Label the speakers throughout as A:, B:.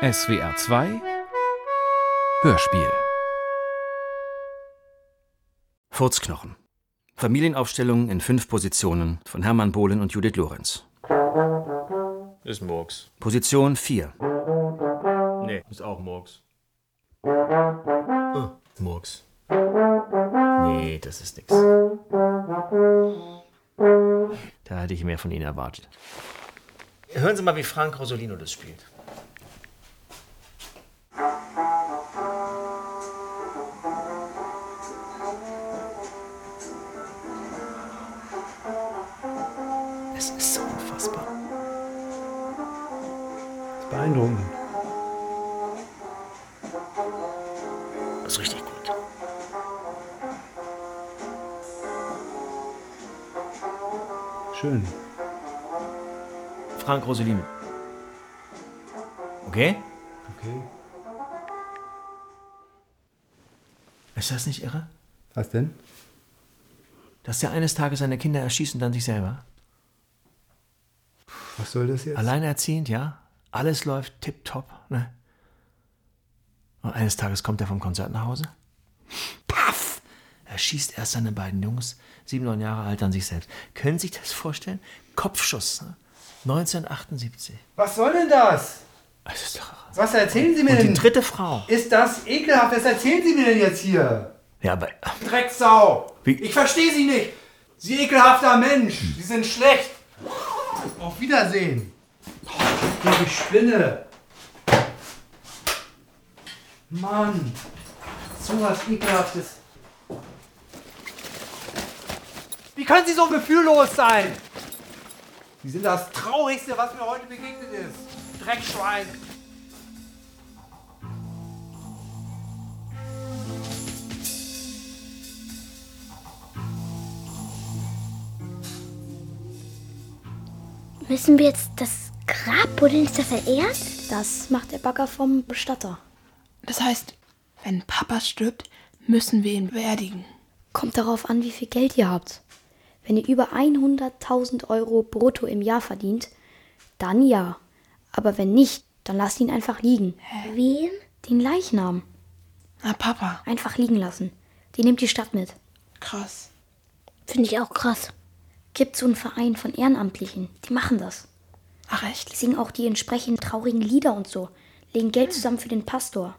A: SWR 2 Hörspiel
B: Furzknochen. Familienaufstellung in fünf Positionen von Hermann Bohlen und Judith Lorenz.
C: Ist Murks.
B: Position 4.
C: Nee, ist auch Murks.
B: Ah,
C: Murks. Nee, das ist nix.
B: Da hätte ich mehr von Ihnen erwartet.
C: Hören Sie mal, wie Frank Rosolino das spielt.
B: Es ist so unfassbar.
D: Beeindruckend.
C: Das ist richtig gut.
D: Schön.
B: Frank Roselin. Okay?
D: Okay.
B: Ist das nicht irre?
D: Was denn?
B: Dass der eines Tages seine Kinder erschießt und dann sich selber.
D: Was soll das jetzt?
B: Alleinerziehend, ja. Alles läuft tipptopp, ne? Und eines Tages kommt er vom Konzert nach Hause. Paff! Er schießt erst seine beiden Jungs, sieben, neun Jahre alt, an sich selbst. Können Sie sich das vorstellen? Kopfschuss, ne? 1978.
E: Was soll denn das?
B: Das ist doch...
E: Was erzählen Sie mir
B: Und die
E: denn?
B: dritte Frau.
E: Ist das ekelhaft? Was erzählen Sie mir denn jetzt hier?
B: Ja, aber...
E: Drecksau!
B: Wie-
E: Ich verstehe Sie nicht! Sie ekelhafter Mensch! Sie sind schlecht! Auf Wiedersehen! Oh, ich Spinne! Mann! So was ekelhaftes! Wie können Sie so gefühllos sein? Sie sind das Traurigste, was mir heute begegnet ist! Dreckschwein!
F: Wissen wir jetzt das Grab, worin ist das verehrt? Das macht der Bagger vom Bestatter.
G: Das heißt, wenn Papa stirbt, müssen wir ihn beerdigen.
F: Kommt darauf an, wie viel Geld ihr habt. Wenn ihr über 100.000 Euro brutto im Jahr verdient, dann ja. Aber wenn nicht, dann lasst ihn einfach liegen. Wen? Den Leichnam.
G: Na, Papa.
F: Einfach liegen lassen. Die nimmt die Stadt mit.
G: Krass.
F: Finde ich auch krass. Gibt so einen Verein von Ehrenamtlichen. Die machen das.
G: Ach, echt?
F: Die singen auch die entsprechend traurigen Lieder und so. Legen Geld zusammen für den Pastor. Ah.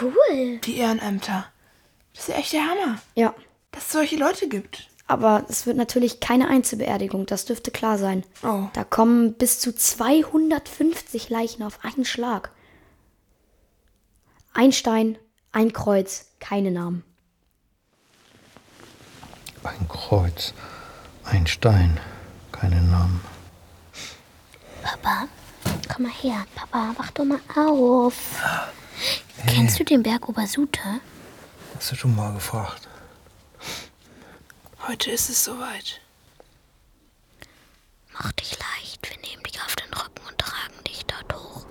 F: Cool.
G: Die Ehrenämter. Das ist ja echt der Hammer,
F: Ja,
G: dass es solche Leute gibt.
F: Aber es wird natürlich keine Einzelbeerdigung, das dürfte klar sein.
G: Oh.
F: Da kommen bis zu 250 Leichen auf einen Schlag. Ein Stein, ein Kreuz, keine Namen.
H: Ein Kreuz, ein Stein, keinen Namen.
I: Papa, komm mal her. Papa, wach doch mal auf. Kennst du den Berg Obersute?
H: Hast du schon mal gefragt?
G: Heute ist es soweit.
I: Mach dich leicht. Wir nehmen dich auf den Rücken und tragen dich dort hoch.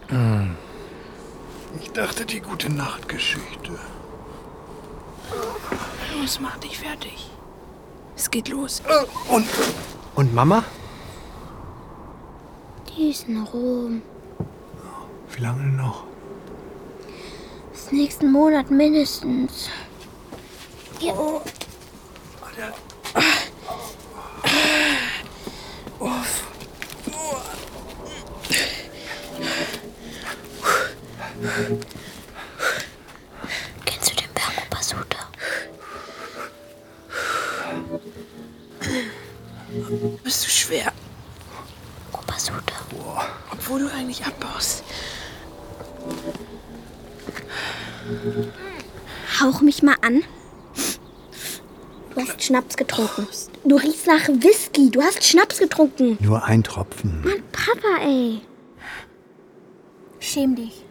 H: Ich dachte, die gute Nachtgeschichte.
G: Los, mach dich fertig. Es geht los.
H: Und, und Mama?
I: Die ist in Rom.
H: Wie lange noch?
I: Bis nächsten Monat mindestens. Kennst du den Berg Obersute?
G: Bist du schwer,
I: Obersute.
G: obwohl du eigentlich abbaust.
I: Hauch mich mal an.
F: Du hast Schnaps getrunken. Du riechst nach Whisky, du hast Schnaps getrunken.
H: Nur ein Tropfen.
I: Papa, ey. Schäm dich.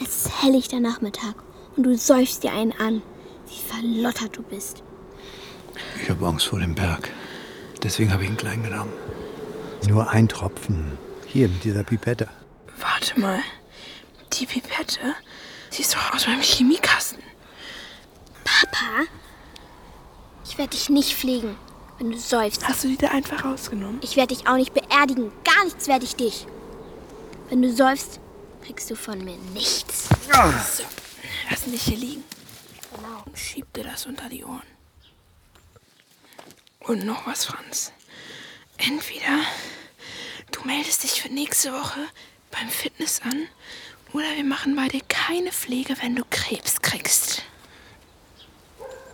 I: Es ist helllichter Nachmittag und du säufst dir einen an. Wie verlottert du bist.
H: Ich habe Angst vor dem Berg. Deswegen habe ich ihn klein genommen. Nur ein Tropfen. Hier mit dieser Pipette.
G: Warte mal. Die Pipette, die ist doch aus meinem Chemiekasten.
I: Papa, ich werde dich nicht pflegen, wenn du säufst.
G: Hast du die da einfach rausgenommen?
I: Ich werde dich auch nicht beerdigen. Gar nichts werde ich dich. Wenn du säufst, Kriegst du von mir nichts.
G: So, lass ihn nicht hier liegen. Und Schieb dir das unter die Ohren. Und noch was, Franz. Entweder du meldest dich für nächste Woche beim Fitness an oder wir machen bei dir keine Pflege, wenn du Krebs kriegst.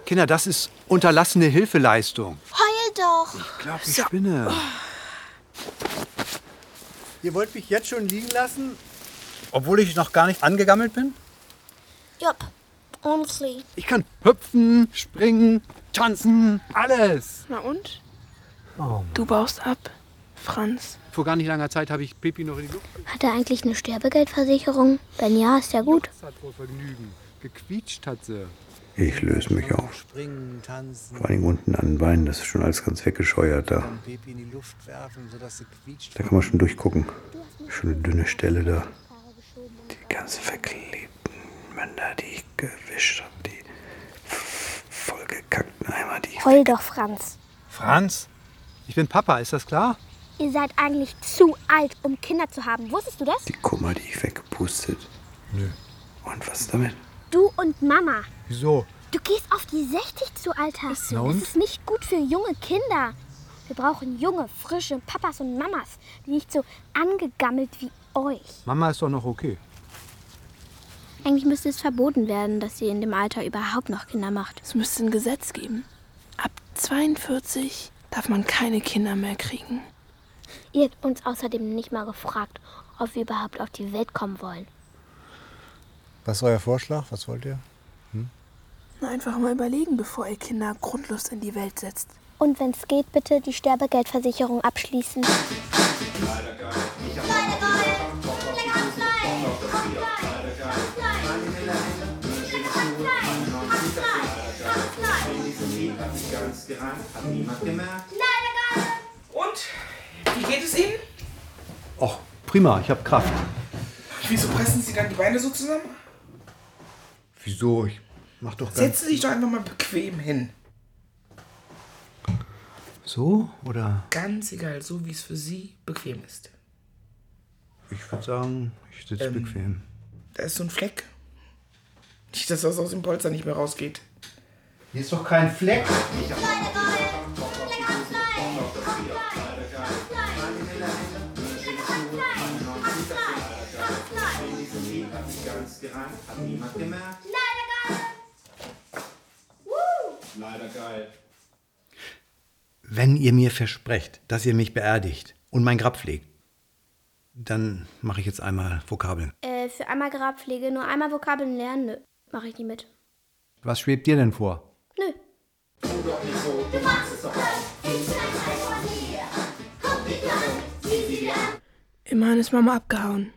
H: Kinder, das ist unterlassene Hilfeleistung.
I: Heul doch!
H: Ich glaub, ich spinne.
D: Ihr wollt mich jetzt schon liegen lassen? Obwohl ich noch gar nicht angegammelt bin?
I: Jupp, ordentlich.
H: Ich kann hüpfen, springen, tanzen, alles.
G: Na und? du baust ab, Franz.
H: Vor gar nicht langer Zeit habe ich Pipi noch in die Luft
I: Hat er eigentlich eine Sterbegeldversicherung? Wenn ja, ist ja gut.
H: hat vor Vergnügen. Gequietscht hat sie.
J: Ich löse mich auf.
H: Springen, tanzen,
J: Vor allem unten an den Beinen, das ist schon alles ganz weggescheuert da.
H: Pipi in die Luft werfen, sodass sie quietscht.
J: Da kann man schon durchgucken. Schon eine dünne Stelle da. Die ganz verklebten Münder, die ich gewischt habe, die f- vollgekackten Eimer, die.
I: Heul doch, Franz.
H: Franz, ich bin Papa, ist das klar?
I: Ihr seid eigentlich zu alt, um Kinder zu haben. Wusstest du das?
J: Die Kummer, die ich weggepustet. Nö. Und was damit?
I: Du und Mama.
H: Wieso?
I: Du gehst auf die 60 zu, Alter.
H: Na
I: Das
H: und?
I: ist nicht gut für junge Kinder. Wir brauchen junge, frische Papas und Mamas, die nicht so angegammelt wie euch.
H: Mama ist doch noch okay.
I: Eigentlich müsste es verboten werden, dass ihr in dem Alter überhaupt noch Kinder macht.
G: Es müsste ein Gesetz geben. Ab 42 darf man keine Kinder mehr kriegen.
I: Ihr habt uns außerdem nicht mal gefragt, ob wir überhaupt auf die Welt kommen wollen.
D: Was ist euer Vorschlag? Was wollt ihr?
G: Na, einfach mal überlegen, bevor ihr Kinder grundlos in die Welt setzt.
I: Und wenn es geht, bitte die Sterbegeldversicherung abschließen.
C: Und? Wie geht es Ihnen?
H: Och, prima, ich habe Kraft.
C: Wieso pressen Sie dann die Beine so zusammen?
H: Wieso? Ich mach doch
C: Setzen Sie sich doch einfach mal bequem hin.
H: So? Oder?
C: Ganz egal, so wie es für Sie bequem ist.
H: Ich würde sagen, ähm, ich sitze bequem.
C: Da ist so ein Fleck. Nicht, dass das aus dem Polster nicht mehr rausgeht.
E: Hier ist doch kein Fleck.
H: Wenn ihr mir versprecht, dass ihr mich beerdigt und mein Grab pflegt, dann mache ich jetzt einmal Vokabeln.
F: Äh, für einmal Grabpflege, nur einmal Vokabeln lernen, nö, mach ich nicht mit.
H: Was schwebt dir denn vor?
F: Nö.
G: Immerhin ist Mama abgehauen.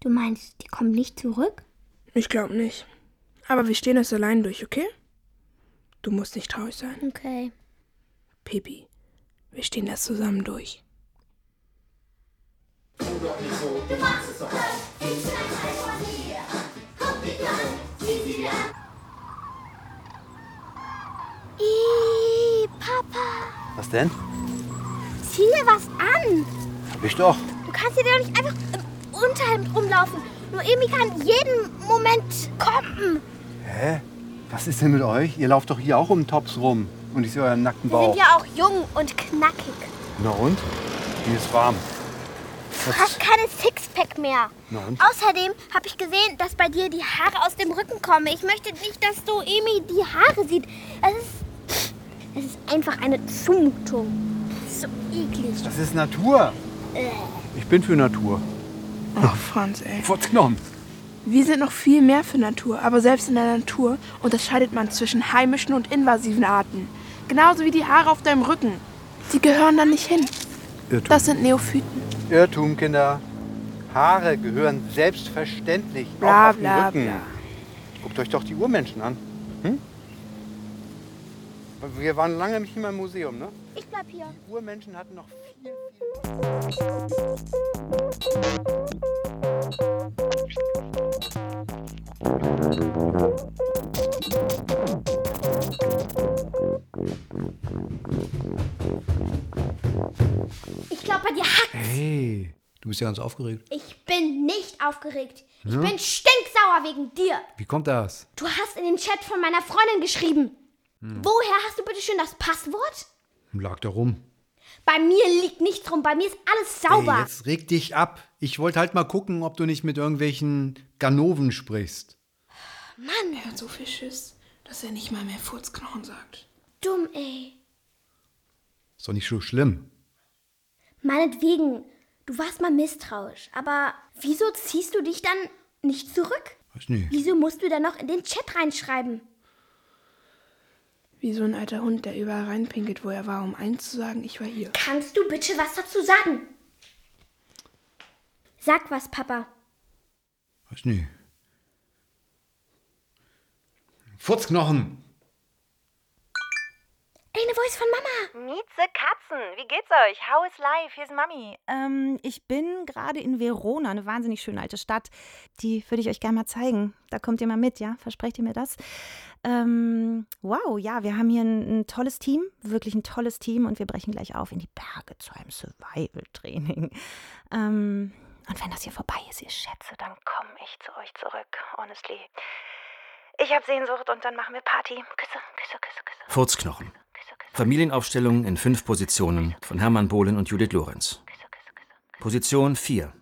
I: Du meinst, die kommen nicht zurück?
G: Ich glaube nicht. Aber wir stehen das allein durch, okay? Du musst nicht traurig sein.
I: Okay.
G: Pipi, wir stehen das zusammen durch.
I: Ih, Papa,
H: Was denn?
I: zieh mir was an.
H: Hab ich doch.
I: Du kannst dir doch nicht einfach im Unterhemd rumlaufen. Nur Emi kann jeden Moment kommen.
H: Hä? Was ist denn mit euch? Ihr lauft doch hier auch um Tops rum. Und ich sehe euren nackten
I: Wir
H: Bauch.
I: sind ja auch jung und knackig.
H: Na und? Mir ist warm.
I: Du hast keine Sixpack mehr.
H: Na und?
I: Außerdem habe ich gesehen, dass bei dir die Haare aus dem Rücken kommen. Ich möchte nicht, dass du Emi die Haare sieht. Es ist, es ist einfach eine Zumutung. So eklig.
H: Das ist Natur. Ich bin für Natur.
G: Ach, Franz, ey.
H: Wurz genommen.
G: Wir sind noch viel mehr für Natur, aber selbst in der Natur unterscheidet man zwischen heimischen und invasiven Arten. Genauso wie die Haare auf deinem Rücken. Die gehören da nicht hin.
H: Irrtum.
G: Das sind Neophyten.
H: Irrtum, Kinder. Haare gehören selbstverständlich
G: Bla,
H: auch auf den
G: bla,
H: Rücken.
G: bla.
H: Guckt euch doch die Urmenschen an. Hm? Wir waren lange nicht mehr im Museum, ne?
I: Ich bleib hier.
H: Die Urmenschen hatten noch viel, viel...
I: Ich glaube, bei dir hackt.
H: Hey, du bist ja ganz aufgeregt.
I: Ich bin
F: bin nicht aufgeregt. Ich
K: Ja?
F: bin stinksauer wegen dir.
K: Wie kommt das?
F: Du hast in den Chat von meiner Freundin geschrieben.
K: Hm.
F: Woher hast du bitte schön das Passwort?
E: Lag da rum.
F: Bei mir liegt nichts rum. Bei mir ist alles sauber.
E: Ey, jetzt reg dich ab. Ich wollte halt mal gucken, ob du nicht mit irgendwelchen Ganoven sprichst.
G: Mann, er hat so viel Schiss, dass er nicht mal mehr Furzknochen sagt.
F: Dumm, ey.
E: Ist doch nicht so schlimm.
F: Meinetwegen, du warst mal misstrauisch. Aber wieso ziehst du dich dann nicht zurück?
E: Weiß nicht.
F: Wieso musst du dann noch in den Chat reinschreiben?
G: Wie so ein alter Hund, der überall reinpinkelt, wo er war, um eins zu sagen, ich war hier.
F: Kannst du bitte was dazu sagen? Sag was, Papa.
E: Weiß nicht. Furzknochen.
F: Eine Voice von Mama.
I: Mieze Katzen, wie geht's euch? How is life? Hier ist Mami. Ähm, ich bin gerade in Verona, eine wahnsinnig schöne alte Stadt. Die würde ich euch gerne mal zeigen. Da kommt ihr mal mit, ja? Versprecht ihr mir das? Ähm, wow, ja, wir haben hier ein, ein tolles Team, wirklich ein tolles Team und wir brechen gleich auf in die Berge zu einem Survival-Training. Ähm, und wenn das hier vorbei ist, ihr Schätze, dann komme ich zu euch zurück, honestly. Ich habe Sehnsucht und dann machen wir Party. Küsse, Küsse, Küsse, Küsse.
C: Furzknochen. Familienaufstellungen in fünf Positionen von Hermann Bohlen und Judith Lorenz. Position 4.